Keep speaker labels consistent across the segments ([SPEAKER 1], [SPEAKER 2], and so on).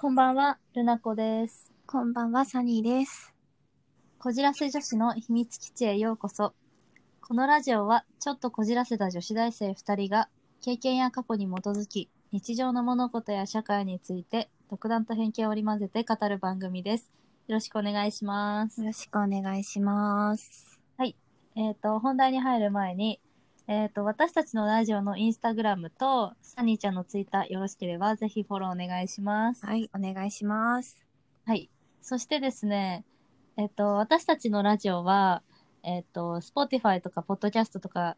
[SPEAKER 1] こんばんは、ルナコです。
[SPEAKER 2] こんばんは、サニーです。
[SPEAKER 1] こじらせ女子の秘密基地へようこそ。このラジオは、ちょっとこじらせた女子大生2人が、経験や過去に基づき、日常の物事や社会について、独断と偏見を織り交ぜて語る番組です。よろしくお願いします
[SPEAKER 2] よ。ろしくお願いします。
[SPEAKER 1] えっ、と、本題に入る前に、えっ、と、私たちのラジオのインスタグラムと、サニーちゃんのツイッターよろしければ、ぜひフォローお願いします。
[SPEAKER 2] はい、お願いします。
[SPEAKER 1] はい。そしてですね、えっと、私たちのラジオは、えっと、Spotify とか、Podcast とか、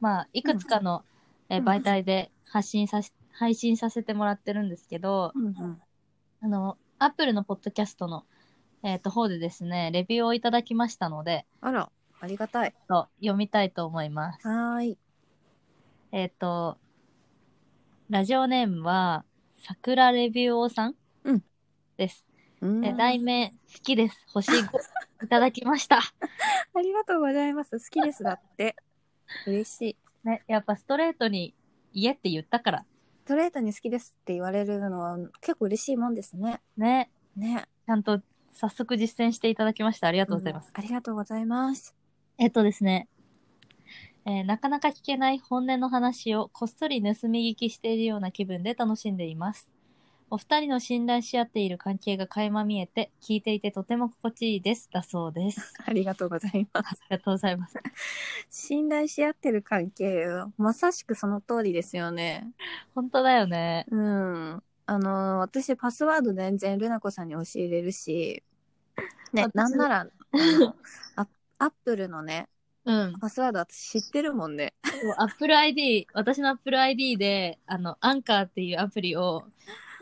[SPEAKER 1] まあ、いくつかの、え
[SPEAKER 2] うん
[SPEAKER 1] 媒体で発信さし、配信させてもらってるんですけど、
[SPEAKER 2] うんうん。
[SPEAKER 1] あの、Apple の Podcast の、えっと、方でですね、レビューをいただきましたので、
[SPEAKER 2] あら、ありがたい。
[SPEAKER 1] と読みたいと思います。
[SPEAKER 2] はーい。
[SPEAKER 1] えっと、ラジオネームは、桜レビュー王さん
[SPEAKER 2] うん
[SPEAKER 1] です。
[SPEAKER 2] うん
[SPEAKER 1] え、題名、好きです。星5、いただ きました。
[SPEAKER 2] ありがとうございます。好きです。だって。嬉しい。
[SPEAKER 1] ね、やっぱストレートに家って言ったから。
[SPEAKER 2] ストレートに好きですって言われるのは結構嬉しいもんですね。
[SPEAKER 1] ね。
[SPEAKER 2] ね。
[SPEAKER 1] ちゃんと早速実践していただきました。ありがとうございます。
[SPEAKER 2] うん。ありがとうございます。
[SPEAKER 1] えっとですね、えーなかなか聞けない本音の話をこっそり盗み聞きしているような気分で楽しんでいます。お二人の信頼し合っている関係が垣間見えて、聞いていてとても心地いいです。だそう です。
[SPEAKER 2] ありがとうございま
[SPEAKER 1] ありがとうございます。
[SPEAKER 2] す。信頼し合ってる関係はまさしくその通りですよね。
[SPEAKER 1] 本当だよね。
[SPEAKER 2] うん。あの、私、パスワード全然、ルナコさんに教えれるし、ね、
[SPEAKER 1] 私
[SPEAKER 2] なんなら、あ のアアップルのね、
[SPEAKER 1] うん。
[SPEAKER 2] パスワード私知ってるもんね。
[SPEAKER 1] Apple ID、私の Apple ID で、あの、アンカーっていうアプリを、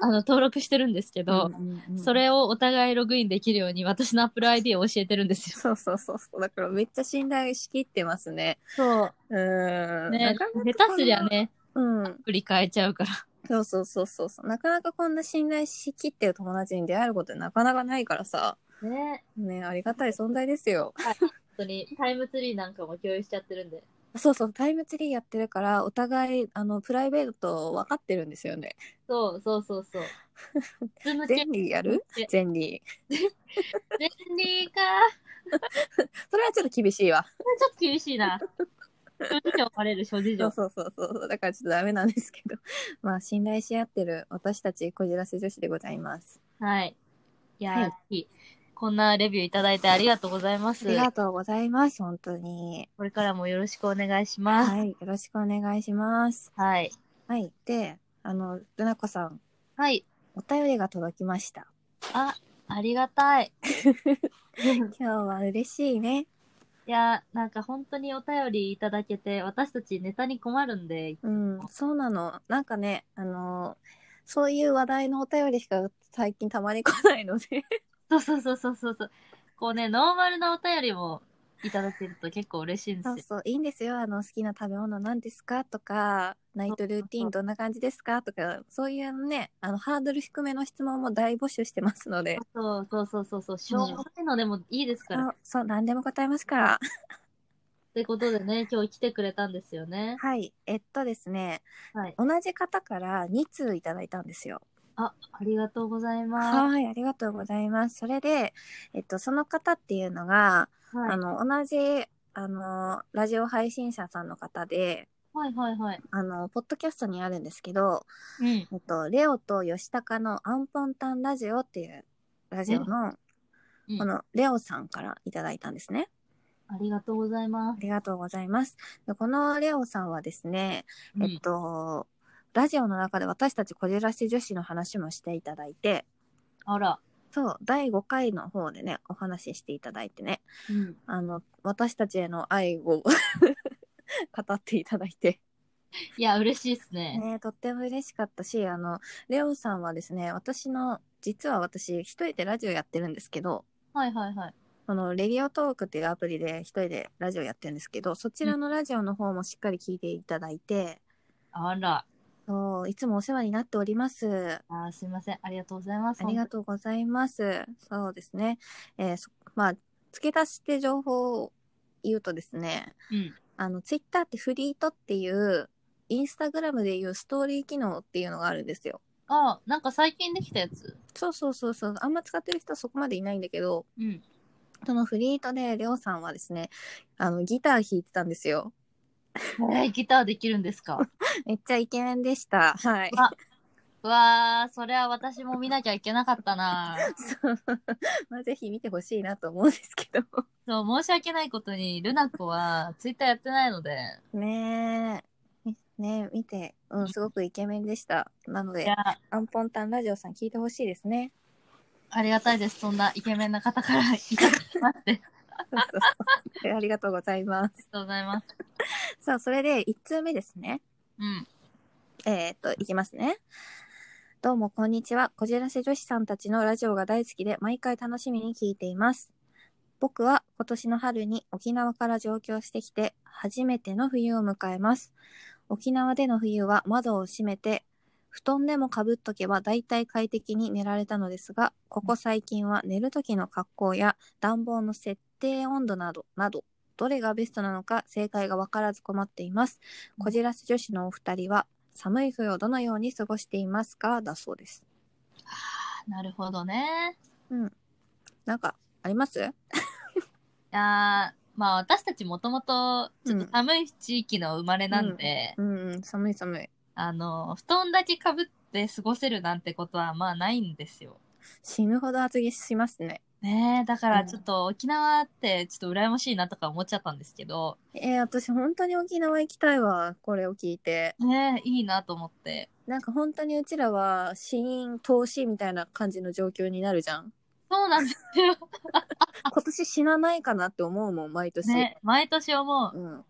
[SPEAKER 1] あの、登録してるんですけど、
[SPEAKER 2] うんうんうん
[SPEAKER 1] そ。れをお互いログインできるように私の Apple ID を教えてるんですよ。
[SPEAKER 2] そうそうそうそう。だからめっちゃ信頼しきってますね。
[SPEAKER 1] そう
[SPEAKER 2] ーん。
[SPEAKER 1] ね
[SPEAKER 2] なかなかこん、な
[SPEAKER 1] 下手すりゃ。ね、
[SPEAKER 2] うん。
[SPEAKER 1] 振り変えちゃうから。
[SPEAKER 2] そうそうそうそうそう。なかなかこんな信頼しきってる友達に出会えることなかなかないからさ。
[SPEAKER 1] ね
[SPEAKER 2] ね、ありがたい存在ですよ。
[SPEAKER 1] 本当にタイムツリーなんかも共有しちゃってるんで。
[SPEAKER 2] そうそう、タイムツリーやってるから、お互い、あの、プライベート分かってるんですよね。
[SPEAKER 1] そうそうそうそう。普通のチェ
[SPEAKER 2] ゼンリーやる
[SPEAKER 1] え
[SPEAKER 2] ゼンリー。
[SPEAKER 1] 便利か。
[SPEAKER 2] それはちょっと厳しいわ。
[SPEAKER 1] ちょっと厳しいな。諸事情バレる諸事
[SPEAKER 2] そ
[SPEAKER 1] 情
[SPEAKER 2] う。そうそうそう。だからちょっとダメなんですけど。 まあ、信頼し合ってる私たちこじらせ女子でございます。
[SPEAKER 1] はい。いやー、
[SPEAKER 2] はい
[SPEAKER 1] いいこんなレビューいただいてありがとうございま
[SPEAKER 2] あ
[SPEAKER 1] す
[SPEAKER 2] り。がとうございます。本当に。
[SPEAKER 1] これからもよろしくお願いします。
[SPEAKER 2] はい。よろしくお願いします。
[SPEAKER 1] はい。
[SPEAKER 2] はい。で、あの、ルナコさん、
[SPEAKER 1] はい。
[SPEAKER 2] お便りが届きました。
[SPEAKER 1] あ、ありがたい。
[SPEAKER 2] 今日は嬉しいね。
[SPEAKER 1] いやー、なんか本当にお便りいただけて、私たちネタに困るんで、
[SPEAKER 2] うん。そうなの。なんかね、あの、そういう話題のお便りしか最近たまに来ないので。
[SPEAKER 1] そうそうそうそうそうそう。こうね、ノーマルなお便りもいただけると結構嬉しいんです
[SPEAKER 2] そ
[SPEAKER 1] よ
[SPEAKER 2] う。そう、いいんですよ。あの、好きな食べ物何ですかとか、ナイトルーティンどんな感じですかとか、そういうね、あの、ハードル低めの質問も大募集してますので、
[SPEAKER 1] そうそうそうそうそう、しょうもないのでもいいですから。
[SPEAKER 2] あそう、何でも答えますから。
[SPEAKER 1] ってことでね、今日来てくれたんですよね。
[SPEAKER 2] はい。えっとですね、
[SPEAKER 1] はい。
[SPEAKER 2] 同じ方から2通いただいたんですよ。
[SPEAKER 1] あ、ありがとうございま
[SPEAKER 2] はい、ありがとうございます。それで、えっと、その方っていうのが、
[SPEAKER 1] す。は
[SPEAKER 2] あ
[SPEAKER 1] い。
[SPEAKER 2] の、同じ、あの、ラジオ配信者さんの方で、
[SPEAKER 1] はいはいはい。
[SPEAKER 2] あの、ポッドキャストにあるんですけど、
[SPEAKER 1] うん。
[SPEAKER 2] えっと、レオと吉高のアンポンタンラジオっていうラジオの、
[SPEAKER 1] うん
[SPEAKER 2] このレオさんからいただいたんですね。
[SPEAKER 1] ありがとうございま
[SPEAKER 2] あ
[SPEAKER 1] す。
[SPEAKER 2] りがとうございます。でこのレオさんはですね、
[SPEAKER 1] う
[SPEAKER 2] えっ
[SPEAKER 1] ん。
[SPEAKER 2] と、ラジオの中で私たちこじらし女子の話もしていただいて、
[SPEAKER 1] あら。
[SPEAKER 2] そう、第5回の方でね、お話ししていただいてね、
[SPEAKER 1] うん。
[SPEAKER 2] あの、私たちへの愛を 語っていただいて、
[SPEAKER 1] いや、嬉しいですね。
[SPEAKER 2] ね、とっても嬉しかったし、あの、レオさんはですね、私の、実は私、一人でラジオやってるんですけど、
[SPEAKER 1] はいはいはい。
[SPEAKER 2] あの、レディオトークっていうアプリで一人でラジオやってるんですけど、そちらのラジオの方もしっかり聞いていただいて、
[SPEAKER 1] あら。
[SPEAKER 2] そういつもお世話になっております。
[SPEAKER 1] あーすいません。ありがとうございます。
[SPEAKER 2] ありがとうございます。そうですね。えーそまあ、付け足して情報を言うとですね、
[SPEAKER 1] うん。
[SPEAKER 2] あの、ツイッターってフリートっていう、インスタグラムでいうストーリー機能っていうのがあるんですよ。
[SPEAKER 1] あ、なんか最近できたやつ。
[SPEAKER 2] そうそうそうそう。あんま使ってる人はそこまでいないんだけど、
[SPEAKER 1] うん。
[SPEAKER 2] そのフリートで、りょうさんはですね、あの、ギター弾いてたんですよ。
[SPEAKER 1] えーギターできるんですか
[SPEAKER 2] めっちゃイケメンでした。はい。
[SPEAKER 1] あうわー、それは私も見なきゃいけなかったな
[SPEAKER 2] そう まあ、ぜひ見てほしいなと思うんですけど。
[SPEAKER 1] そう、申し訳ないことに、ルナ子はツイッターやってないので、
[SPEAKER 2] ねえ。ねえ、見て。うん、すごくイケメンでした。なの
[SPEAKER 1] い
[SPEAKER 2] で
[SPEAKER 1] や、、
[SPEAKER 2] アンポンタンラジオさん聞いてほしいですね。
[SPEAKER 1] ありがたいです。そんなイケメンな方からいただきまして。あり
[SPEAKER 2] そうそう そうありがとうございます。
[SPEAKER 1] がとうございます。
[SPEAKER 2] さあ、それで1通目ですね。
[SPEAKER 1] うん。
[SPEAKER 2] えーっと、いきますね。どうも、こんにちは。こじらせ女子さんたちのラジオが大好きで、毎回楽しみに聞いています。僕は今年の春に沖縄から上京してきて、初めての冬を迎えます。沖縄での冬は窓を閉めて、布団でもかぶっとけば大体快適に寝られたのですが、ここ最近は寝る時の格好や暖房の設定温度など、など、どれがベストなのか正解がわからず困っています。こじらせ女子のお二人は、寒い冬をどのように過ごしていますかだそうです。
[SPEAKER 1] なるほどね。
[SPEAKER 2] なんかあります？
[SPEAKER 1] いやーまあ私たちもともと、ちょっと寒い地域の生まれなんで、
[SPEAKER 2] うんうん寒い寒い。
[SPEAKER 1] あの、布団だけかぶって過ごせるなんてことはまあないんですよ。
[SPEAKER 2] 死ぬほど厚着しますね。
[SPEAKER 1] ねえ、だから
[SPEAKER 2] うん
[SPEAKER 1] ちょっと沖縄ってちょっと羨ましいなとか思っちゃったんですけど、
[SPEAKER 2] えー、私本当に沖縄行きたいわこれを聞いて。
[SPEAKER 1] ねえ、いいなと思って。
[SPEAKER 2] なんか本当にうちらは死因投資みたいな感じの状況になるじゃん。
[SPEAKER 1] そうなんですよ。
[SPEAKER 2] 今年死なないかなって思うもん毎年。
[SPEAKER 1] ね、毎年思う。
[SPEAKER 2] うん、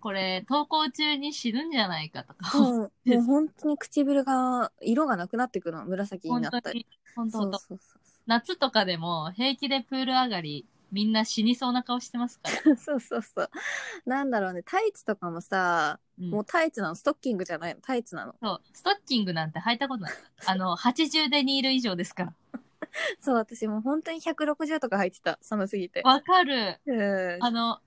[SPEAKER 1] これ、登校中に死ぬんじゃないかとか。
[SPEAKER 2] もうもう本当に唇が色がなくなってくの紫に
[SPEAKER 1] 本
[SPEAKER 2] なっ
[SPEAKER 1] 当
[SPEAKER 2] たり
[SPEAKER 1] に、本当
[SPEAKER 2] そう
[SPEAKER 1] 本
[SPEAKER 2] そう
[SPEAKER 1] 当
[SPEAKER 2] そう
[SPEAKER 1] 夏とかでも平気でプール上がり、みんな死にそうな顔してますから。
[SPEAKER 2] そうそうそうなんだろうねタイツとかもさ
[SPEAKER 1] うん
[SPEAKER 2] もうタイツなのストッキングじゃないのタイ ツなの
[SPEAKER 1] そう、ストッキングなんて履いたことない。あの、80デニール以上ですから。
[SPEAKER 2] そう私もう本当に160とか履いてた寒すぎて
[SPEAKER 1] わかる。
[SPEAKER 2] うん
[SPEAKER 1] あの、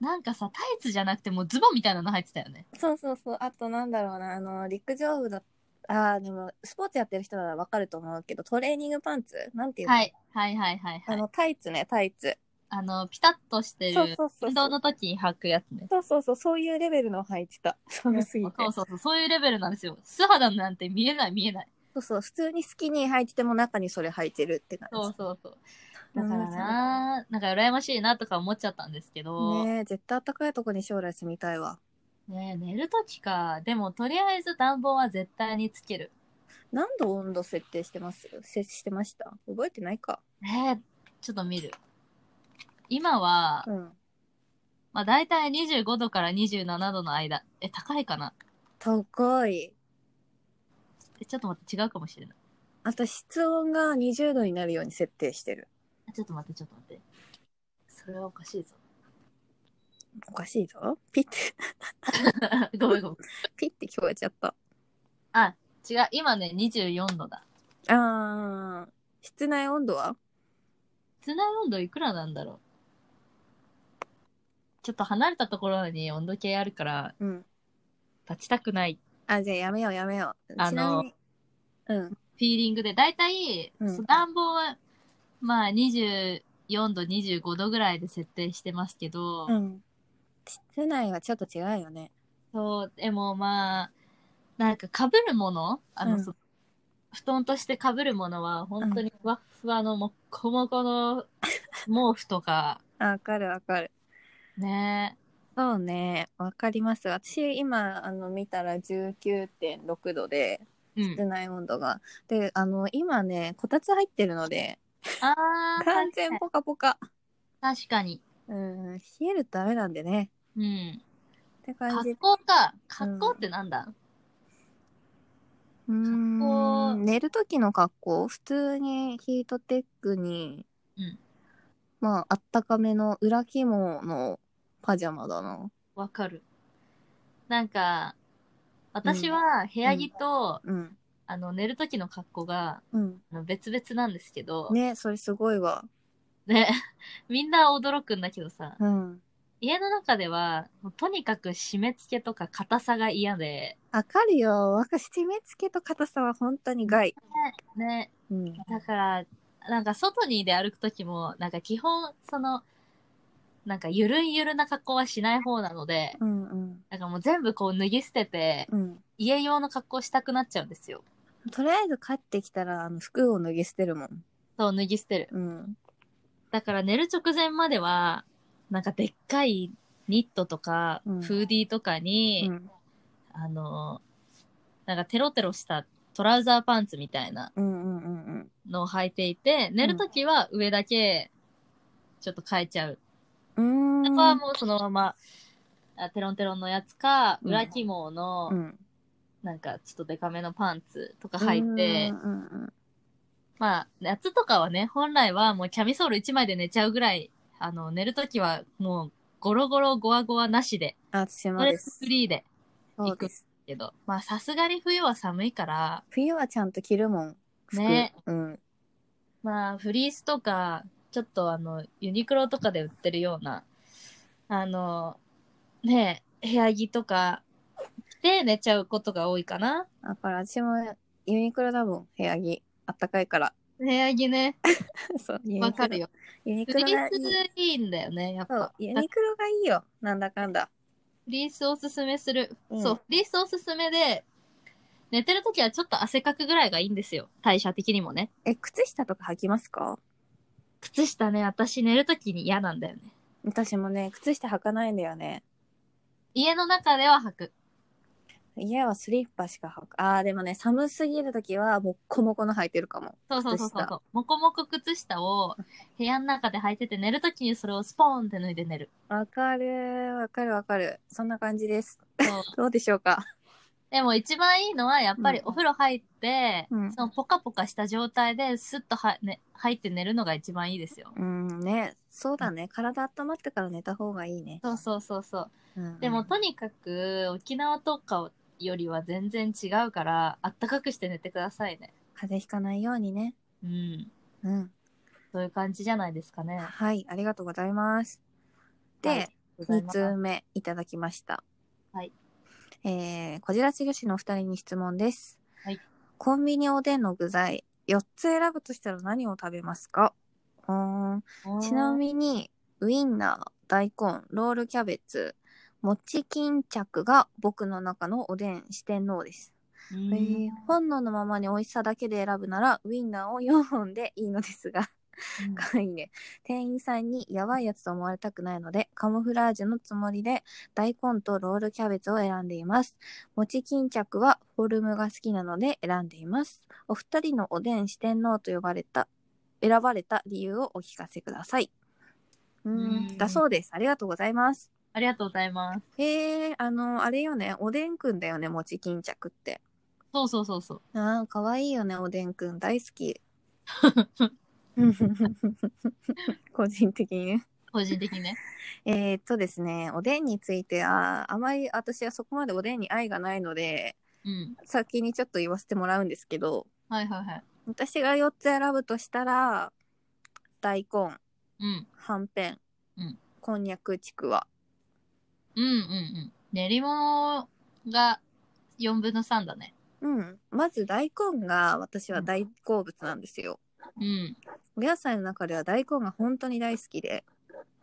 [SPEAKER 1] なんかさ、タイツじゃなくてもうズボンみたいなの履いてたよね。
[SPEAKER 2] そうそうそうあとなんだろうなあの陸上部だあーでもスポーツやってる人ならわかると思うけどトレーニングパンツなんていうの、
[SPEAKER 1] はい。はいはいはいは
[SPEAKER 2] あ
[SPEAKER 1] い。
[SPEAKER 2] のタイツねタイツ
[SPEAKER 1] あの、ピタッとして
[SPEAKER 2] そう
[SPEAKER 1] る
[SPEAKER 2] そうそう
[SPEAKER 1] 運
[SPEAKER 2] そ
[SPEAKER 1] 動
[SPEAKER 2] う
[SPEAKER 1] の時に履くやつね。
[SPEAKER 2] そうそうそうそういうレベルの履いてた寒すぎて
[SPEAKER 1] そうそうそう、そういうレベルなんですよ。素肌なんて見えない見えない。
[SPEAKER 2] そうそう普通にスキニー履いてても中にそれ履いてるって感じ
[SPEAKER 1] そうそうそう。だからな、なんか羨ましいなとか思っちゃったんですけど、ね
[SPEAKER 2] ねえ絶対あったかいとこに将来住みたいわ
[SPEAKER 1] え寝る時か。でも、とりあえず暖房は絶対につける。
[SPEAKER 2] 何度温度設定してます設してました覚えてないか
[SPEAKER 1] ねえ、ちょっと見る。今は、
[SPEAKER 2] うん
[SPEAKER 1] まあ大体25度から27度の間。え、高いかな
[SPEAKER 2] 高い。
[SPEAKER 1] えちょっと待って、違うかもしれない。
[SPEAKER 2] あと室温が20度になるように設定してる。
[SPEAKER 1] あちょっと待って、ちょっと待って。それはおかしいぞ。
[SPEAKER 2] おかしいぞ。ピッて、
[SPEAKER 1] ごめんごめん。
[SPEAKER 2] ピッて聞こえちゃった。
[SPEAKER 1] あ、違う。今ね、24度だ。
[SPEAKER 2] あー、室内温度は
[SPEAKER 1] 室内温度いくらなんだろうちょっと離れたところに温度計あるから、
[SPEAKER 2] うん。
[SPEAKER 1] 立ちたくない
[SPEAKER 2] あ、じゃあやめようやめよう。
[SPEAKER 1] あの
[SPEAKER 2] ちなみに。うん。
[SPEAKER 1] フィーリングで、だいたい、
[SPEAKER 2] うん
[SPEAKER 1] そう暖房は、まあ、24度、25度ぐらいで設定してますけど、
[SPEAKER 2] うん。室内はちょっと違うよね。
[SPEAKER 1] そう、でもまあ、なんか被るものあの、
[SPEAKER 2] うん
[SPEAKER 1] そ布団として被るものは、本当にふわっふわの、もっこもこ の毛布とか、
[SPEAKER 2] あわかるわかる。
[SPEAKER 1] ね
[SPEAKER 2] そうね。わかります。私今、あの、見たら19.6度で、
[SPEAKER 1] う
[SPEAKER 2] 室
[SPEAKER 1] ん。
[SPEAKER 2] 内温度が。で、あの、今ね、こたつ入ってるので、
[SPEAKER 1] あー、
[SPEAKER 2] 完全ポカポカ。
[SPEAKER 1] 確かに。
[SPEAKER 2] うん、冷えるとダメなんでね。
[SPEAKER 1] うん。
[SPEAKER 2] って感じ
[SPEAKER 1] 格。好か。格好ってなんだ、
[SPEAKER 2] うーん
[SPEAKER 1] 格好
[SPEAKER 2] 寝る時の格好普通にヒートテックに、
[SPEAKER 1] うん
[SPEAKER 2] まああったかめの裏起毛のパジャマだな
[SPEAKER 1] わかる。なんか、私は部屋着と、
[SPEAKER 2] うん
[SPEAKER 1] あの、寝る時の格好が、
[SPEAKER 2] うん
[SPEAKER 1] あの別々なんです けど、
[SPEAKER 2] ねそれすごいわ
[SPEAKER 1] ね、みんな驚くんだけどさ、
[SPEAKER 2] うん
[SPEAKER 1] 家の中では、もうとにかく締め付けとか硬さが嫌で、
[SPEAKER 2] わかるよ。わか、締め付けと硬さは本当に害。
[SPEAKER 1] ね、
[SPEAKER 2] うん。
[SPEAKER 1] だから、なんか外にで歩くときも、なんか基本、その、なんかゆるいゆるな格好はしない方なので、
[SPEAKER 2] うんうん。
[SPEAKER 1] なんかもう全部こう脱ぎ捨てて、
[SPEAKER 2] うん。
[SPEAKER 1] 家用の格好したくなっちゃうんですよ。
[SPEAKER 2] とりあえず帰ってきたら、あの、服を脱ぎ捨てるもん。
[SPEAKER 1] そう、脱ぎ捨てる。
[SPEAKER 2] うん。
[SPEAKER 1] だから寝る直前までは、なんかでっかいニットとか、
[SPEAKER 2] うん
[SPEAKER 1] フーディーとかに、
[SPEAKER 2] うん
[SPEAKER 1] あの、なんかテロテロしたトラウザーパンツみたいな
[SPEAKER 2] うんうんうんうん。
[SPEAKER 1] のを履いていて、寝るときは上だけちょっと変えちゃう。
[SPEAKER 2] うーん。
[SPEAKER 1] そこはもうそのまま、あテロンテロンのやつか、
[SPEAKER 2] うん
[SPEAKER 1] 裏起毛の、
[SPEAKER 2] うん。
[SPEAKER 1] なんかちょっとデカめのパンツとか履いて、
[SPEAKER 2] うんうんうん。
[SPEAKER 1] まあ、夏とかはね、本来はもうキャミソール1枚で寝ちゃうぐらい、あの、寝るときはもう、ゴロゴロゴワゴワなしで、
[SPEAKER 2] あ、私
[SPEAKER 1] そ
[SPEAKER 2] も
[SPEAKER 1] れ
[SPEAKER 2] です
[SPEAKER 1] フ。リーで
[SPEAKER 2] そう
[SPEAKER 1] 行く
[SPEAKER 2] です。
[SPEAKER 1] けど、まあ、さすがに冬は寒いから、
[SPEAKER 2] 冬はちゃんと着るもん。服。
[SPEAKER 1] ね
[SPEAKER 2] うん。
[SPEAKER 1] まあ、フリースとか、ちょっとあの、ユニクロとかで売ってるような、あの、ねえ、部屋着とか、で寝ちゃうことが多いかな。
[SPEAKER 2] だから私もユニクロだもん、部屋着。あったかいから。
[SPEAKER 1] 部屋着ね、
[SPEAKER 2] そう、ユニクロ
[SPEAKER 1] わかる。よ。
[SPEAKER 2] ユニ
[SPEAKER 1] フ
[SPEAKER 2] クロ
[SPEAKER 1] リ
[SPEAKER 2] が
[SPEAKER 1] ー
[SPEAKER 2] いい。
[SPEAKER 1] スいいんだよね、やっ
[SPEAKER 2] そう
[SPEAKER 1] ぱ、。
[SPEAKER 2] ユニクロがいいよ。なんだかんだ。
[SPEAKER 1] フリースおすすめする。
[SPEAKER 2] うん
[SPEAKER 1] そう、フリースおすすめで、寝てるときはちょっと汗かくぐらいがいいんですよ。代謝的にもね。
[SPEAKER 2] え、靴下とか履きますか
[SPEAKER 1] 靴下ね、私寝るときに嫌なんだよね。
[SPEAKER 2] 私もね、靴下履かないんだよね。
[SPEAKER 1] 家の中では履く。
[SPEAKER 2] 家はスリッパしか履く。あー、でもね、寒すぎるときは、もっこもこの履いてるかも。
[SPEAKER 1] そうそうそうそ
[SPEAKER 2] 靴下
[SPEAKER 1] う。もこもこ靴下を部屋の中で履いてて寝るときにそれをスポーンって脱いで寝る。
[SPEAKER 2] わかるー、わかるわかる。そんな感じです。
[SPEAKER 1] そう
[SPEAKER 2] どうでしょうか
[SPEAKER 1] でも一番いいのはやっぱり
[SPEAKER 2] うん
[SPEAKER 1] お風呂入って、
[SPEAKER 2] うん
[SPEAKER 1] そのポカポカした状態でスッとは、ね、入って寝るのが一番いいですよ。
[SPEAKER 2] うん、ね、そうだね。体温まってから寝た方がいいね。
[SPEAKER 1] そうそうそうそう。
[SPEAKER 2] うん
[SPEAKER 1] でもとにかく沖縄とかよりは全然違うからあったかくして寝てくださいね
[SPEAKER 2] 風邪ひかないようにね。
[SPEAKER 1] うん
[SPEAKER 2] うん。
[SPEAKER 1] そういう感じじゃないですかね
[SPEAKER 2] はい、ありがとうございます。
[SPEAKER 1] はい
[SPEAKER 2] で、
[SPEAKER 1] ござい
[SPEAKER 2] 2
[SPEAKER 1] ます
[SPEAKER 2] 通目いただきました。
[SPEAKER 1] はい。
[SPEAKER 2] えー、こじらせ女子のお二人に質問です。
[SPEAKER 1] はい。
[SPEAKER 2] コンビニおでんの具材、4つ選ぶとしたら何を食べますかうーん。ちなみに、ウインナー、大根、ロールキャベツ、もち巾着が僕の中のおでん四天王です。
[SPEAKER 1] うん
[SPEAKER 2] えー本能のままに美味しさだけで選ぶなら、ウインナーを4本でいいのですが。
[SPEAKER 1] うん
[SPEAKER 2] 可愛いね。店員さんにやばいやつと思われたくないので、カモフラージュのつもりで、大根とロールキャベツを選んでいます。餅巾着はフォルムが好きなので選んでいます。お二人のおでん四天王と呼ばれた、選ばれた理由をお聞かせください。う
[SPEAKER 1] うん
[SPEAKER 2] ん、だそうです。ありがとうございます。
[SPEAKER 1] ありがとうございます
[SPEAKER 2] へえ、あの、あれよね、おでんくんだよね、餅巾着って。
[SPEAKER 1] そうそうそうそう
[SPEAKER 2] ああ、かわいいよね、おでんくん。大好き。 個人的にね。
[SPEAKER 1] 個人的にね
[SPEAKER 2] えーっとですね、おでんについて、あーあまり私はそこまでおでんに愛がないので、
[SPEAKER 1] うん
[SPEAKER 2] 先にちょっと言わせてもらうんですけど、
[SPEAKER 1] はいはいはい
[SPEAKER 2] 私が4つ選ぶとしたら、大根、
[SPEAKER 1] うん
[SPEAKER 2] はんぺん、
[SPEAKER 1] うん
[SPEAKER 2] こんにゃく、ちくわ。
[SPEAKER 1] うんうんうん練り物が4分の3だね
[SPEAKER 2] うん。まず大根が私は大好物なんですよ。
[SPEAKER 1] うん
[SPEAKER 2] お野菜の中では大根が本当に大好きで。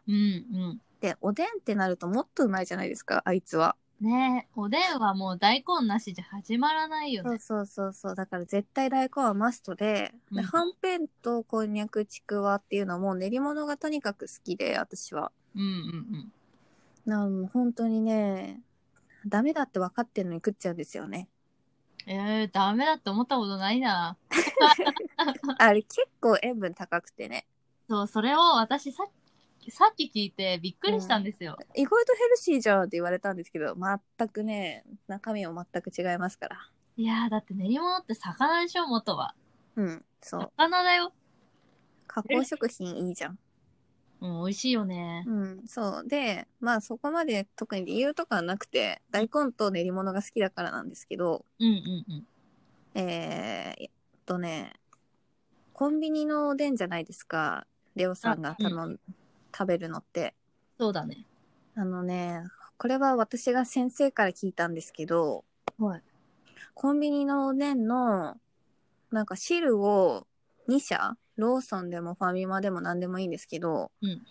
[SPEAKER 1] うん
[SPEAKER 2] で、おでんってなるともっとうまいじゃないですか、あいつは。
[SPEAKER 1] うんねえおでんはもう大根なしじゃ始まらないよ
[SPEAKER 2] そう
[SPEAKER 1] ね
[SPEAKER 2] そうそうそう。だから絶対大根はマストで、
[SPEAKER 1] うん
[SPEAKER 2] ではんぺんとこんにゃくちくわっていうのも練り物がとにかく好きで、私は。
[SPEAKER 1] うんうん
[SPEAKER 2] なん本当にね、ダメだって分かってるのに食っちゃうんですよね。
[SPEAKER 1] うんえー、ダメだって思ったことないな
[SPEAKER 2] あれ結構塩分高くてね。
[SPEAKER 1] そう、それを私さっき、さっき聞いてびっくりしたんですよ。
[SPEAKER 2] 意外とヘルシーじゃんって言われたんですけど、全くね、中身も全く違いますから。
[SPEAKER 1] いやー、だって練り物って魚でしょ、元は。
[SPEAKER 2] うん、そう。
[SPEAKER 1] 魚だよ。
[SPEAKER 2] 加工食品いいじゃん。
[SPEAKER 1] うん、美味しいよね。
[SPEAKER 2] うん、そう。で、まあそこまで特に理由とかはなくて、大根と練り物が好きだからなんですけど、
[SPEAKER 1] うんうんうん。
[SPEAKER 2] えー、えっとね、コンビニのおでんじゃないですか、レオさんが頼ん、食べるのって。
[SPEAKER 1] そうだね。
[SPEAKER 2] あのね、これは私が先生から聞いたんですけど、
[SPEAKER 1] はい。
[SPEAKER 2] コンビニのおでんの、なんか汁を2社、ローソンでもファミマでも何でもいいんですけど、
[SPEAKER 1] うん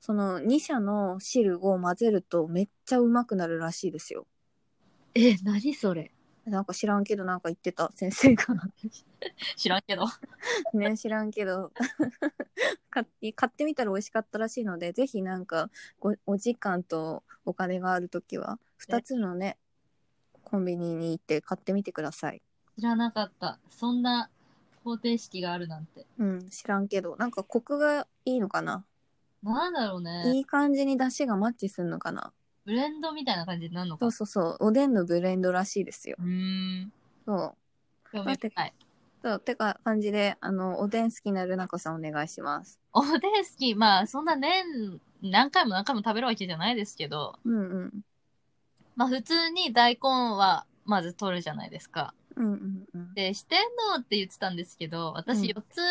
[SPEAKER 2] その2社の汁を混ぜるとめっちゃうまくなるらしいですよ。
[SPEAKER 1] え、何それ
[SPEAKER 2] なんか知らんけどなんか言ってた先生が。
[SPEAKER 1] 知らんけど。
[SPEAKER 2] ね、知らんけど 買って。買ってみたら美味しかったらしいので、ぜひなんかご、お時間とお金があるときは、2つのね、コンビニに行って買ってみてください。
[SPEAKER 1] 知らなかった。そんな方程式があるなんて。
[SPEAKER 2] うん、知らんけど。なんかコクがいいのかな、
[SPEAKER 1] なんだろうね。
[SPEAKER 2] いい感じに出汁がマッチするのかな
[SPEAKER 1] ブレンドみたいな感じになるのか
[SPEAKER 2] そう。そうそう。おでんのブレンドらしいですよ。
[SPEAKER 1] うーん。
[SPEAKER 2] そう。
[SPEAKER 1] 興味深い。
[SPEAKER 2] そうてか、感じで、あの、おでん好きなるなこさんお願いします。
[SPEAKER 1] おでん好き。まあ、そんな年、何回も何回も食べるわけじゃないですけど、
[SPEAKER 2] うんうん。
[SPEAKER 1] まあ普通に大根はまず取るじゃないですか。
[SPEAKER 2] うんうんうん。
[SPEAKER 1] で、四天王って言ってたんですけど、
[SPEAKER 2] うん
[SPEAKER 1] 私4つ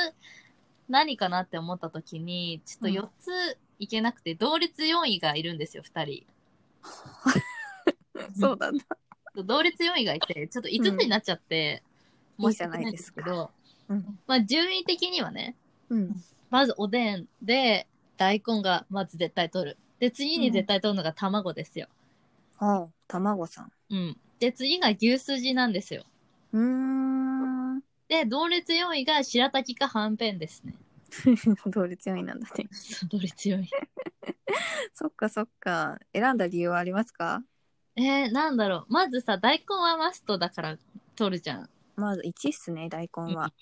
[SPEAKER 1] 何かなって思った時に、ちょっと4ついけなくて、同率4位がいるんですよ、2人。
[SPEAKER 2] そうだな。
[SPEAKER 1] 同率4位がいて、ちょっと5つになっちゃって、
[SPEAKER 2] うん
[SPEAKER 1] 申し訳んけ
[SPEAKER 2] いい
[SPEAKER 1] ど、
[SPEAKER 2] うん。
[SPEAKER 1] まあ順位的にはね、
[SPEAKER 2] うん。
[SPEAKER 1] まずおでんで、大根がまず絶対取る。で、次に絶対取るのが卵ですよ。
[SPEAKER 2] ああ、卵さん。
[SPEAKER 1] うん。で、次が牛すじなんですよ。
[SPEAKER 2] うーん。
[SPEAKER 1] で、同率4位が白滝かはんぺんですね。
[SPEAKER 2] 同率4位なんだね。
[SPEAKER 1] 同率4位。
[SPEAKER 2] そっかそっか。選んだ理由はありますか
[SPEAKER 1] えー、なんだろう。まずさ、大根はマストだから取るじゃん。
[SPEAKER 2] まず1っすね、大根は。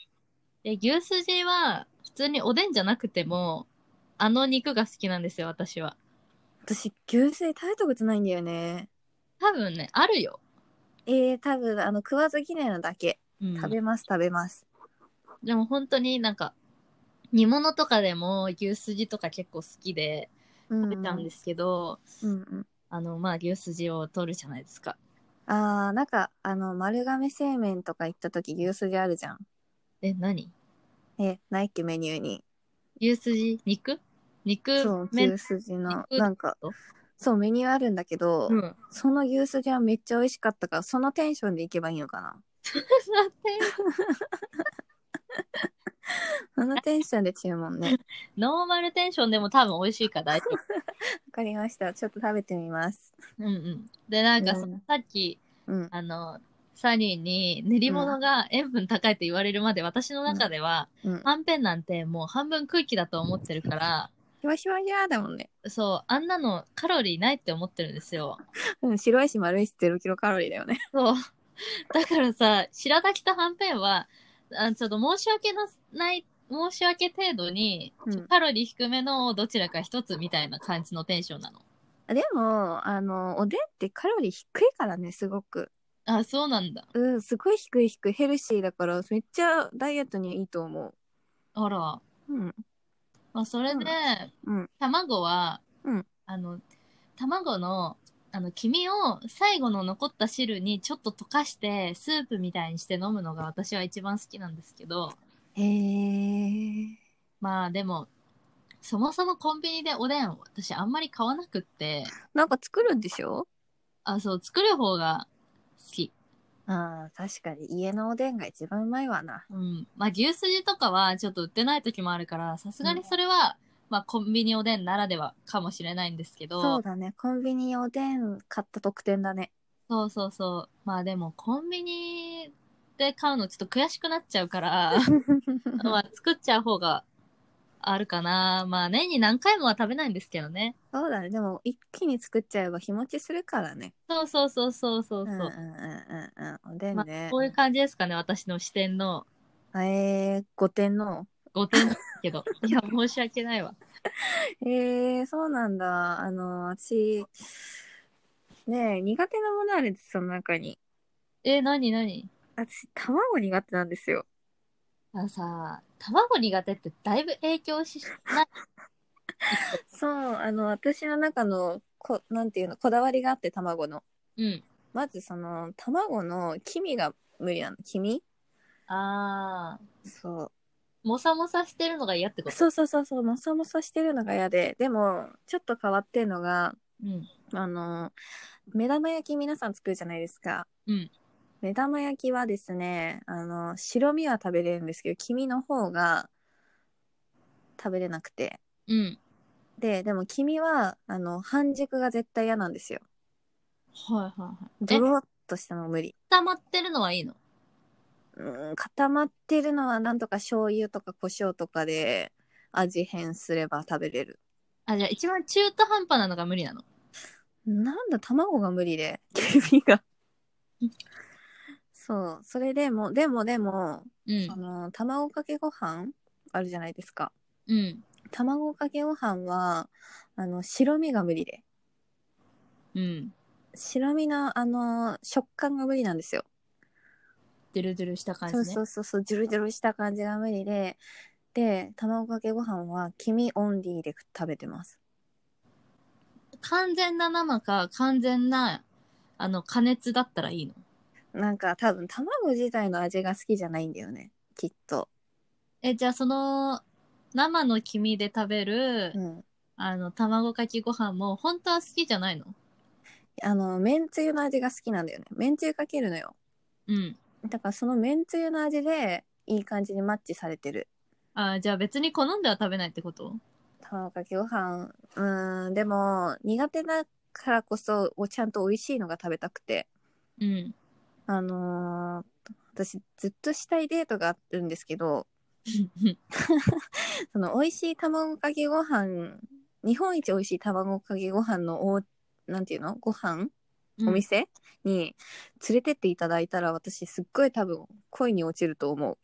[SPEAKER 1] で、牛すじは、普通におでんじゃなくても、あの肉が好きなんですよ、私は。
[SPEAKER 2] 私、牛すじ食べたことないんだよね。
[SPEAKER 1] 多分ね、あるよ。
[SPEAKER 2] えー、多分、あの、食わず嫌いなだけ。
[SPEAKER 1] うん、
[SPEAKER 2] 食べます、食べます。
[SPEAKER 1] でも本当になんか、煮物とかでも牛すじとか結構好きで
[SPEAKER 2] うん、
[SPEAKER 1] 食べたんですけど、
[SPEAKER 2] うんうん。
[SPEAKER 1] あの、まあ、牛すじを取るじゃないですか。
[SPEAKER 2] あー、なんか、あの、丸亀製麺とか行った時、牛すじあるじゃん。
[SPEAKER 1] え、何
[SPEAKER 2] え、ないっけ、メニューに。
[SPEAKER 1] 牛すじ肉
[SPEAKER 2] そ
[SPEAKER 1] 肉
[SPEAKER 2] う、
[SPEAKER 1] 麺
[SPEAKER 2] 牛すじの、
[SPEAKER 1] 肉
[SPEAKER 2] なんか
[SPEAKER 1] と、
[SPEAKER 2] そう、メニューあるんだけど、
[SPEAKER 1] うん。
[SPEAKER 2] その牛すじはめっちゃ美味しかったから、そのテンションで行けばいいのかな
[SPEAKER 1] 待って
[SPEAKER 2] そのテンションで注文ね。わ
[SPEAKER 1] ノーマルテンションでも多分美味しいから大丈 夫。
[SPEAKER 2] かりました。ちょっと食べてみます。
[SPEAKER 1] うんうん。で、なんかそ
[SPEAKER 2] うん
[SPEAKER 1] さっき、
[SPEAKER 2] うん。
[SPEAKER 1] あの、サニーに練り物が塩分高いって言われるまで、私の中では、
[SPEAKER 2] うん。
[SPEAKER 1] はんぺんなんてもう半分空気だと思ってるから、
[SPEAKER 2] ひわひわひわだもんね。
[SPEAKER 1] そう、あんなのカロリーないって思ってるんですよ。
[SPEAKER 2] うん。白いし丸いし0キロカロリーだよね。
[SPEAKER 1] そう。 だからさ、白滝とはんぺんは、あちょっと申し訳なない、申し訳程度に、
[SPEAKER 2] うん
[SPEAKER 1] カロリー低めのどちらか一つみたいな感じのテンションなの。
[SPEAKER 2] でも、あの、おでんってカロリー低いからね、すごく。
[SPEAKER 1] あ、そうなんだ。
[SPEAKER 2] うん、すごい低い低い。ヘルシーだから、めっちゃダイエットにいいと思
[SPEAKER 1] あら。
[SPEAKER 2] う。うん。
[SPEAKER 1] まあ、それで、
[SPEAKER 2] うん。
[SPEAKER 1] 卵は、
[SPEAKER 2] うん
[SPEAKER 1] あの卵のあの黄身を最後の残った汁にちょっと溶かしてスープみたいにして飲むのが私は一番好きなんですけど
[SPEAKER 2] へえ。
[SPEAKER 1] まあでもそもそもコンビニでおでんを私あんまり買わなくって
[SPEAKER 2] なんか作るんでしょ
[SPEAKER 1] あそう作る方が好き、
[SPEAKER 2] ああ、確かに家のおでんが一番うまいわな。
[SPEAKER 1] うん、まあ牛すじとかはちょっと売ってない時もあるからさすがにそれは、まあコンビニおでんならではかもしれないんですけど
[SPEAKER 2] そうだね。コンビニおでん買った特典だ ね。
[SPEAKER 1] そうそうそう。まあでもコンビニで買うのちょっと悔しくなっちゃうから、まあ作っちゃう方があるかな。まあ年に何回もは食べないんですけどね。
[SPEAKER 2] そうだね。でも、一気に作っちゃえば日持ちするからね。
[SPEAKER 1] そうそうそうそうそう
[SPEAKER 2] う
[SPEAKER 1] そう。
[SPEAKER 2] んうんうんうんうん。おでん
[SPEAKER 1] ま
[SPEAKER 2] ね
[SPEAKER 1] あ、。こういう感じですかね、私の視点の
[SPEAKER 2] えー、五点の。
[SPEAKER 1] 5点ですけ ど。いや、申し訳ないわ。
[SPEAKER 2] えー、そうなんだ。あの、私、ねえ、苦手なものあるんです、その中に。
[SPEAKER 1] え、なになに
[SPEAKER 2] 私、卵苦手なんですよ。
[SPEAKER 1] あのさ、卵苦手ってだいぶ影響しない。
[SPEAKER 2] そう、あの、私の中の、こ、なんていうの、こだわりがあって、卵の。
[SPEAKER 1] うん。
[SPEAKER 2] まず、その、卵の黄身が無理なの。黄身
[SPEAKER 1] あ
[SPEAKER 2] そう。
[SPEAKER 1] ー、もさもさしてるのが嫌ってこと
[SPEAKER 2] そうそうそうそう、もさもさしてるのが嫌で、でも、ちょっと変わってんのが、
[SPEAKER 1] うん。
[SPEAKER 2] あの、目玉焼き皆さん作るじゃないですか。
[SPEAKER 1] うん
[SPEAKER 2] 目玉焼きはですね、あの、白身は食べれるんですけど、黄身の方が食べれなくて。
[SPEAKER 1] うん。
[SPEAKER 2] で、でも黄身は、あの、半熟が絶対嫌なんですよ。
[SPEAKER 1] はいはいはい。
[SPEAKER 2] ドロッとしたの無理。
[SPEAKER 1] 溜まってるのはいいの
[SPEAKER 2] うん、固まってるのはなんとか醤油とか胡椒とかで味変すれば食べれる。
[SPEAKER 1] あ、じゃあ一番中途半端なのが無理なの。
[SPEAKER 2] なんだ、卵が無理で、黄身が。そう、それでも、でもでも、
[SPEAKER 1] うん
[SPEAKER 2] あ。の卵かけご飯あるじゃないですか
[SPEAKER 1] うん。
[SPEAKER 2] 卵かけご飯はあの白身が無理で
[SPEAKER 1] うん。
[SPEAKER 2] 白身のあの食感が無理なんですよ、
[SPEAKER 1] ドゥルドゥルした感じ
[SPEAKER 2] そ
[SPEAKER 1] ね。
[SPEAKER 2] うそうそうそうジュルジュルした感じが無理でで卵かけご飯は黄身オンリーで食べてます
[SPEAKER 1] 完全な生か、完全な、あの、加熱だったらいいの。
[SPEAKER 2] なんか多分卵自体の味が好きじゃないんだよねきっと、
[SPEAKER 1] え、じゃあその、生の黄身で食べる、
[SPEAKER 2] うん、
[SPEAKER 1] あの、卵かけご飯も、本当は好きじゃないの
[SPEAKER 2] あのめんつゆの味が好きなんだよねめんつゆかけるのよ
[SPEAKER 1] うん。
[SPEAKER 2] だからそのめんつゆの味でいい感じにマッチされてる
[SPEAKER 1] あじゃあ別に好んでは食べないってこと
[SPEAKER 2] 卵かけご飯うーんでも苦手だからこそおちゃんと美味しいのが食べたくて
[SPEAKER 1] うん。
[SPEAKER 2] あのー私ずっとしたいデートがあるんですけどその美味しい卵かけご飯日本一美味しい卵かけご飯のおなんていうのご飯お店、に連れてっていただいたら私すっごい多分恋に落ちると思う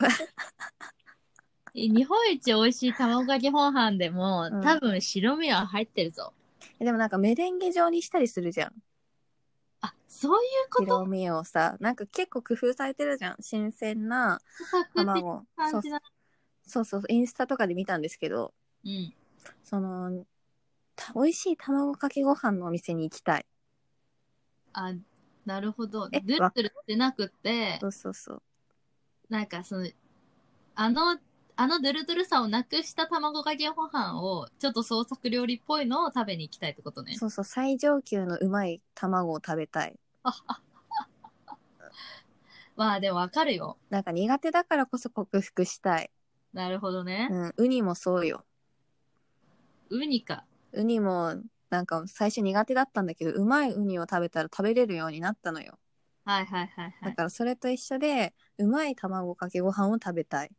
[SPEAKER 1] え日本一美味しい卵かけご飯でも、
[SPEAKER 2] うん
[SPEAKER 1] 多分白身は入ってるぞ。
[SPEAKER 2] でもなんかメレンゲ状にしたりするじゃん
[SPEAKER 1] あ、そういうこと
[SPEAKER 2] 色味をさなんか結構工夫されてるじゃん新鮮な
[SPEAKER 1] サクって
[SPEAKER 2] 卵そ
[SPEAKER 1] 感
[SPEAKER 2] う
[SPEAKER 1] じだ。
[SPEAKER 2] そうそうインスタとかで見たんですけど
[SPEAKER 1] うん。
[SPEAKER 2] そのた美味しい卵かけご飯のお店に行きたい
[SPEAKER 1] あ、なるほど。
[SPEAKER 2] え
[SPEAKER 1] ドゥルドゥルってなくって
[SPEAKER 2] そ、うそうそう
[SPEAKER 1] なんかその、あの、あのドゥルドゥルさをなくした卵かけご飯を、ちょっと創作料理っぽいのを食べに行きたいってことね。
[SPEAKER 2] そうそう最上級のうまい卵を食べたい
[SPEAKER 1] まあでもわかるよ。
[SPEAKER 2] なんか苦手だからこそ克服したい、
[SPEAKER 1] なるほどね
[SPEAKER 2] う。ん、ウニもそうよ
[SPEAKER 1] ウニか。
[SPEAKER 2] ウニもなんか最初苦手だったんだけどうまいウニを食べたら食べれるようになったのよ
[SPEAKER 1] はいはいはいは
[SPEAKER 2] だ
[SPEAKER 1] い。
[SPEAKER 2] からそれと一緒でうまい卵かけご飯を食べたい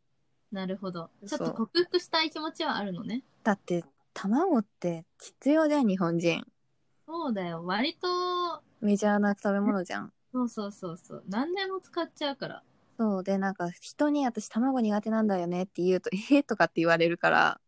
[SPEAKER 1] なるほど。ちょ
[SPEAKER 2] そ
[SPEAKER 1] っ
[SPEAKER 2] う
[SPEAKER 1] と克服したい気持ちはあるのね。
[SPEAKER 2] だって卵って必要だよ日本人
[SPEAKER 1] そうだよ。割と、
[SPEAKER 2] メジャーな食べ物じゃん
[SPEAKER 1] そうそうそうそう。何でも使っちゃうから。
[SPEAKER 2] そうでなんか人に「私卵苦手なんだよね」って言うと「 えーとかって言われるから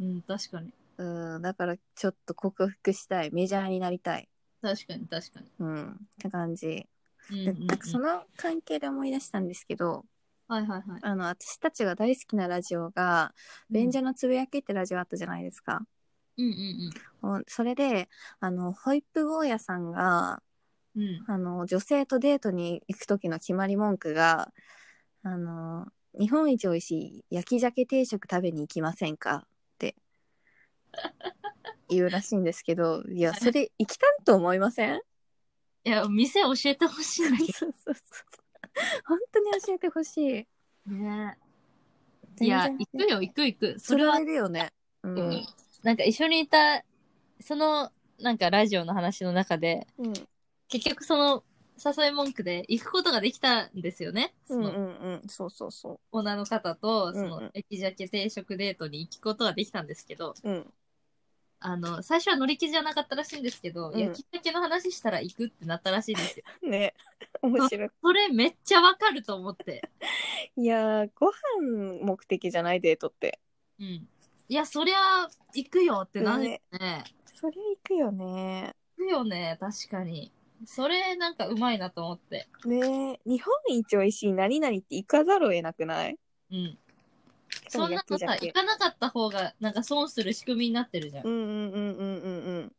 [SPEAKER 1] うん、確かに。
[SPEAKER 2] うんだからちょっと克服したいメジャーになりたい、
[SPEAKER 1] 確かに確か
[SPEAKER 2] うん、って感じ、
[SPEAKER 1] に。
[SPEAKER 2] で
[SPEAKER 1] うん、うん、うん
[SPEAKER 2] なんかその関係で思い出したんですけど
[SPEAKER 1] はいはいはい。
[SPEAKER 2] あの私たちが大好きなラジオが「便所のつぶやき」ってラジオあったじゃないですか、
[SPEAKER 1] うんうん
[SPEAKER 2] おそれであのホイップ坊やさんが
[SPEAKER 1] うん。うん。
[SPEAKER 2] あの女性とデートに行く時の決まり文句が「あの日本一美味しい焼き鮭定食食べに行きませんか?」って言うらしいんですけどいやそれ行きたいと思いません
[SPEAKER 1] いや、店教えてほしいんだ
[SPEAKER 2] そう
[SPEAKER 1] け
[SPEAKER 2] そうそう本当に教えてほしい。
[SPEAKER 1] どね。いや、行くよ、行く行く。そ
[SPEAKER 2] そ
[SPEAKER 1] れ
[SPEAKER 2] れ
[SPEAKER 1] は
[SPEAKER 2] はい、るよね。う
[SPEAKER 1] うんん。なんか一緒にいた、その、なんかラジオの話の中で、
[SPEAKER 2] うん
[SPEAKER 1] 結局その、誘い文句で行くことができたんですよね。
[SPEAKER 2] う
[SPEAKER 1] そ
[SPEAKER 2] ん
[SPEAKER 1] の、
[SPEAKER 2] うんうんそうそうそ
[SPEAKER 1] 女の方と、そ
[SPEAKER 2] うんう
[SPEAKER 1] の
[SPEAKER 2] ん、
[SPEAKER 1] 駅鮭定食デートに行くことはできたんですけど、
[SPEAKER 2] う。うん
[SPEAKER 1] あの、最初は乗り気じゃなかったらしいんですけど、
[SPEAKER 2] うん
[SPEAKER 1] 焼き鮭の話したら行くってなったらしいんですよ。
[SPEAKER 2] ね 面白い。
[SPEAKER 1] それめっちゃわかると思って。
[SPEAKER 2] いやーご飯目的じゃないデートって。
[SPEAKER 1] うん。いや、そりゃ、行くよってなるよね。
[SPEAKER 2] それ行くよね。
[SPEAKER 1] 行くよね、確かに。それ、なんかうまいなと思って。
[SPEAKER 2] ねえ日本一美味しい何々って行かざるを得なくない
[SPEAKER 1] うん。そんなのさ、行かなかった方が、なんか損する仕組みになってるじゃん。
[SPEAKER 2] うんうんうんうんうんうん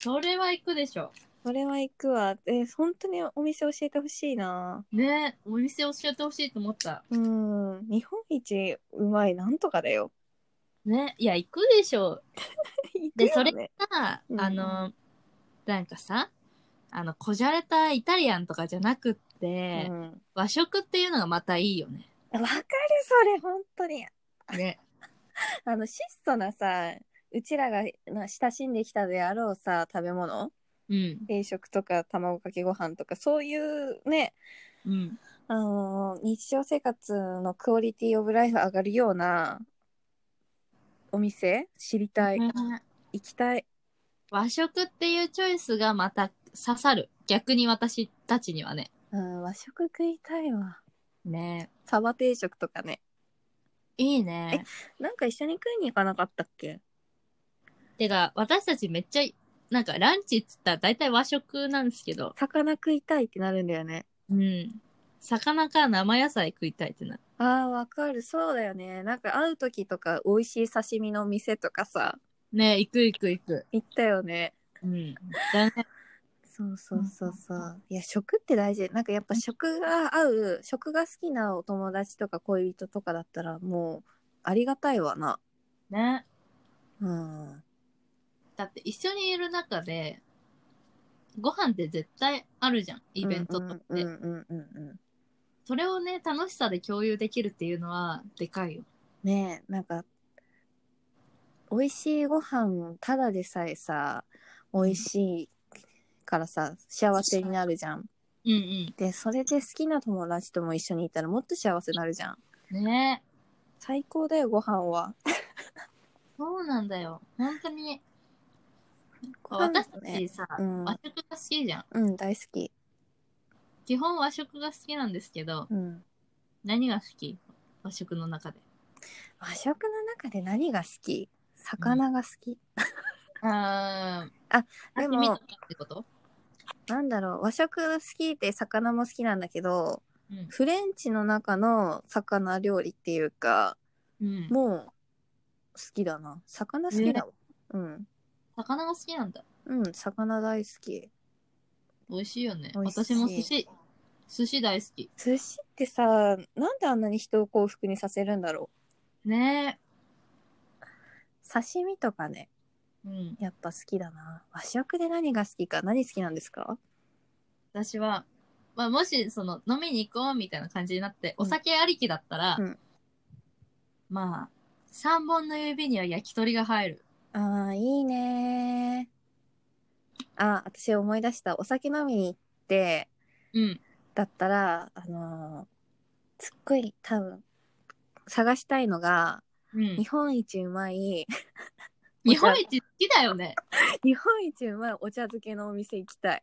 [SPEAKER 1] それは行くでしょ。
[SPEAKER 2] それは行くわえ本当にお店教えてほしいな
[SPEAKER 1] ねお店教えてほしいと思った。
[SPEAKER 2] うん日本一うまいなんとかだよ
[SPEAKER 1] ねいや、行くでしょ。
[SPEAKER 2] 行くよね
[SPEAKER 1] でそれさ、
[SPEAKER 2] うん
[SPEAKER 1] あの、なんかさ、あの、こじゃれたイタリアンとかじゃなくって、
[SPEAKER 2] うん、わ
[SPEAKER 1] 和食っていうのがまたいいよね。
[SPEAKER 2] かるそれ本当に
[SPEAKER 1] ね。
[SPEAKER 2] あの質素なさうちらがな親しんできたであろうさ食べ物
[SPEAKER 1] うん。
[SPEAKER 2] 定食とか卵かけご飯とかそういうね、
[SPEAKER 1] うん。
[SPEAKER 2] あのー日常生活のクオリティオブライフ上がるようなお店知りたい、
[SPEAKER 1] ね
[SPEAKER 2] 行きたい
[SPEAKER 1] 和食っていうチョイスがまた刺さる。逆に私たちにはね。
[SPEAKER 2] うん和食食いたいわ
[SPEAKER 1] ね
[SPEAKER 2] サバ定食とかね
[SPEAKER 1] いいね。
[SPEAKER 2] なんか一緒に食いに行かなかったっけ
[SPEAKER 1] てか、私たちめっちゃ、なんかランチっつったら大体和食なんですけど、
[SPEAKER 2] 魚食いたいってなるんだよね
[SPEAKER 1] うん。魚か生野菜食いたいってなる。
[SPEAKER 2] あーわかるそうだよねなんか会う時とか美味しい刺身の店とかさ
[SPEAKER 1] ね行く行く行く。
[SPEAKER 2] 行ったよね
[SPEAKER 1] うん。だね。
[SPEAKER 2] そうそうそうそう。いや、食って大事。なんかやっぱ食が合う、食が好きなお友達とか恋人とかだったら、もう、ありがたいわな。
[SPEAKER 1] ね。
[SPEAKER 2] うん。
[SPEAKER 1] だって一緒にいる中で、ご飯って絶対あるじゃん、イベントとかって。
[SPEAKER 2] うんうんうんうんうん。
[SPEAKER 1] それをね、楽しさで共有できるっていうのは、でかいよ。
[SPEAKER 2] ねえ、なんか、美味しいご飯、ただでさえさ、美味しいからさ、幸せになるじゃん。
[SPEAKER 1] うん
[SPEAKER 2] で、それで好きな友達とも一緒にいたら、もっと幸せになるじゃん。
[SPEAKER 1] うん。ね
[SPEAKER 2] 最高だよ、ご飯は。
[SPEAKER 1] そうなんだよ。本当に。
[SPEAKER 2] ご飯ね
[SPEAKER 1] 私たちさ、
[SPEAKER 2] うん
[SPEAKER 1] 和食が好きじゃん。
[SPEAKER 2] うん、大好き。
[SPEAKER 1] 基本和食が好きなんですけど、
[SPEAKER 2] うん。
[SPEAKER 1] 何が好き和食の中で。
[SPEAKER 2] 和食の中で何が好き魚が好き、
[SPEAKER 1] あ
[SPEAKER 2] あ、
[SPEAKER 1] で
[SPEAKER 2] で
[SPEAKER 1] も。
[SPEAKER 2] も
[SPEAKER 1] ってこと
[SPEAKER 2] なんだろう和食好きって魚も好きなんだけど
[SPEAKER 1] うん。
[SPEAKER 2] フレンチの中の魚料理っていうか
[SPEAKER 1] うん。
[SPEAKER 2] もう好きだな魚好きだわ、
[SPEAKER 1] 魚が好きなんだ。
[SPEAKER 2] うんうん魚大好き
[SPEAKER 1] 美味しいよね。
[SPEAKER 2] 美味しい
[SPEAKER 1] 私も寿司、寿司大好き。
[SPEAKER 2] 寿司ってさなんであんなに人を幸福にさせるんだろう
[SPEAKER 1] ね
[SPEAKER 2] 刺身とかね
[SPEAKER 1] え。うん。
[SPEAKER 2] やっぱ好きだな和食で何が好きか何好きなんですか
[SPEAKER 1] 私は、まあ、もし、その、飲みに行こうみたいな感じになって、
[SPEAKER 2] う
[SPEAKER 1] お
[SPEAKER 2] ん
[SPEAKER 1] 酒ありきだったら、
[SPEAKER 2] うん
[SPEAKER 1] まあ、三本の指には焼き鳥が入る。
[SPEAKER 2] ああ、いいねー。あ、私思い出した。お酒飲みに行って、
[SPEAKER 1] うん。
[SPEAKER 2] だったら、あのーすっごい多分、探したいのが、
[SPEAKER 1] うん
[SPEAKER 2] 日。本一うまい、
[SPEAKER 1] 日本一好きだよね。
[SPEAKER 2] 日本一うまいお茶漬けのお店行きたい。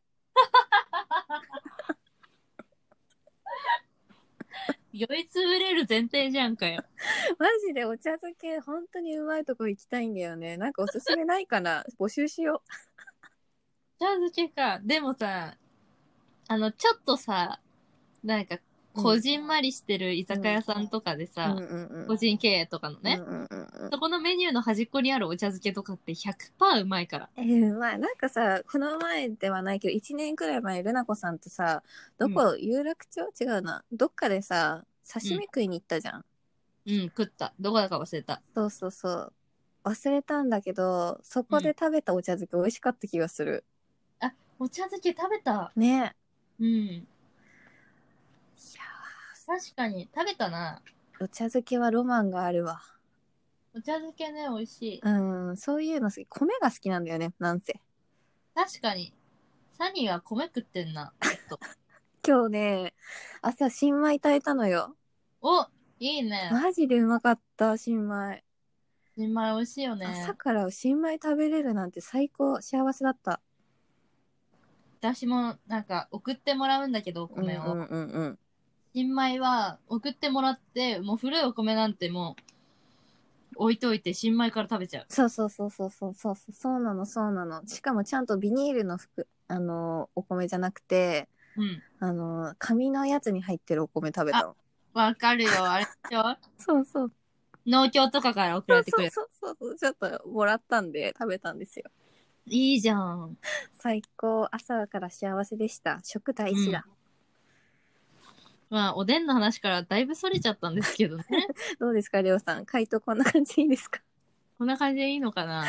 [SPEAKER 1] 酔いつぶれる前提じゃんかよ。
[SPEAKER 2] マジでお茶漬け、本当にうまいとこ行きたいんだよね。なんかおすすめないかな募集しよ
[SPEAKER 1] 茶漬けか。でもさ、あの、ちょっとさ、なんか、
[SPEAKER 2] うん
[SPEAKER 1] こじんまりしてる居酒屋さんとかで
[SPEAKER 2] う。
[SPEAKER 1] さ、
[SPEAKER 2] うんうんうん。
[SPEAKER 1] 個人経営とかのね、
[SPEAKER 2] うんうんうんうん
[SPEAKER 1] そこのメニューの端っこにあるお茶漬けとかって100%うまいから。
[SPEAKER 2] えー、まあなんかさこの前ではないけど1年くらい前ルナ子さんとさどこ、有楽町違うなどっかでさ刺身食いに行ったじゃん、
[SPEAKER 1] うん、食った。どこだか忘れた。
[SPEAKER 2] そうそうそう忘れたんだけどそこで食べたお茶漬け美味しかった気がする、
[SPEAKER 1] お茶漬け食べた。
[SPEAKER 2] ねいや
[SPEAKER 1] うん。いや確かに、食べたな。
[SPEAKER 2] ーお茶漬けはロマンがあるわ
[SPEAKER 1] お茶漬けね、美味しい。
[SPEAKER 2] うんそういうの好き米が好きなんだよねなんせ
[SPEAKER 1] 確かに、サニーは米食ってんな。ちょっと
[SPEAKER 2] 今日ね朝新米炊いたのよ
[SPEAKER 1] おいいね。
[SPEAKER 2] マジでうまかった新米、
[SPEAKER 1] 新米美味しいよね
[SPEAKER 2] 朝。から新米食べれるなんて最高幸せだった
[SPEAKER 1] 私も、なんか、送ってもらうんだけど、お米を。
[SPEAKER 2] うんうんうんうん
[SPEAKER 1] 新米は、送ってもらって、もう古いお米なんてもう、置いといて、新米から食べちゃう。
[SPEAKER 2] そうそうそうそうそうそうそうそうなのそうなのしかもちゃんとビニールの服あのお米じゃなくて
[SPEAKER 1] うん。
[SPEAKER 2] あの紙のやつに入ってるお米食べたの
[SPEAKER 1] わかる よ、あれでしょ
[SPEAKER 2] そうそう
[SPEAKER 1] 農協とかから送ら
[SPEAKER 2] そ
[SPEAKER 1] れ
[SPEAKER 2] う
[SPEAKER 1] てく
[SPEAKER 2] そう
[SPEAKER 1] る。
[SPEAKER 2] そうそうそうちょっともらったんで食べたんですよ
[SPEAKER 1] いいじゃん。
[SPEAKER 2] 最高朝から幸せでした食大事だ、
[SPEAKER 1] まあ、おでんの 話からだいぶそれちゃったんですけどね。
[SPEAKER 2] どうですかりょうさん回答こんな感じいいですか
[SPEAKER 1] こんな感じでいいのかな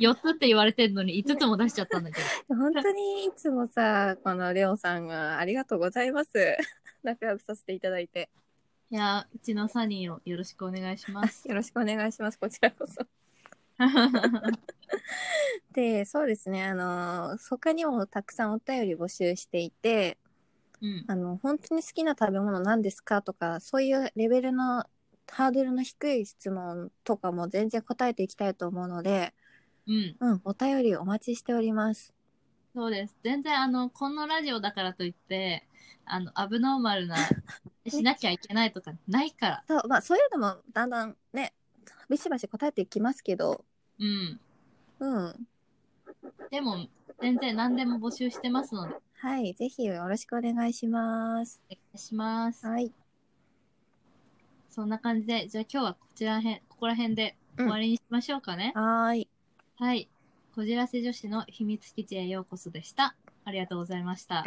[SPEAKER 1] ?4 つって言われてんのに5つも出しちゃったんだけど。
[SPEAKER 2] 本当にいつもさ、このレオさんがありがとうございます。 仲良くさせていただいて。
[SPEAKER 1] いや、うちのサニーをよろしくお願いし ます。
[SPEAKER 2] よろしくお願いします。こちらこそ。で、そうですね。あの、他にもたくさんお便り募集していて、
[SPEAKER 1] うん。
[SPEAKER 2] あの、本当に好きな食べ物何ですかとか、そういうレベルのハードルの低い質問とかも全然答えていきたいと思うので、
[SPEAKER 1] うん。
[SPEAKER 2] うん、お便りお待ちしております。
[SPEAKER 1] そうです。全然、あの、このラジオだからといって、あの、アブノーマ ルな、しなきゃいけないとかないから。
[SPEAKER 2] そう、まあそういうのもだんだんね、ビシバシ答えていきますけど、
[SPEAKER 1] うん。
[SPEAKER 2] うん。
[SPEAKER 1] でも、全然何でも募集してますので、お願
[SPEAKER 2] はい、ぜひよろしくお願いします。
[SPEAKER 1] いします。
[SPEAKER 2] はい。
[SPEAKER 1] そんな感じで、じゃあ今日はこちらへん、ここら辺で終わりにしましょうかね。
[SPEAKER 2] はーい。
[SPEAKER 1] はい。こじらせ女子の秘密基地へようこそでした。ありがとうございました。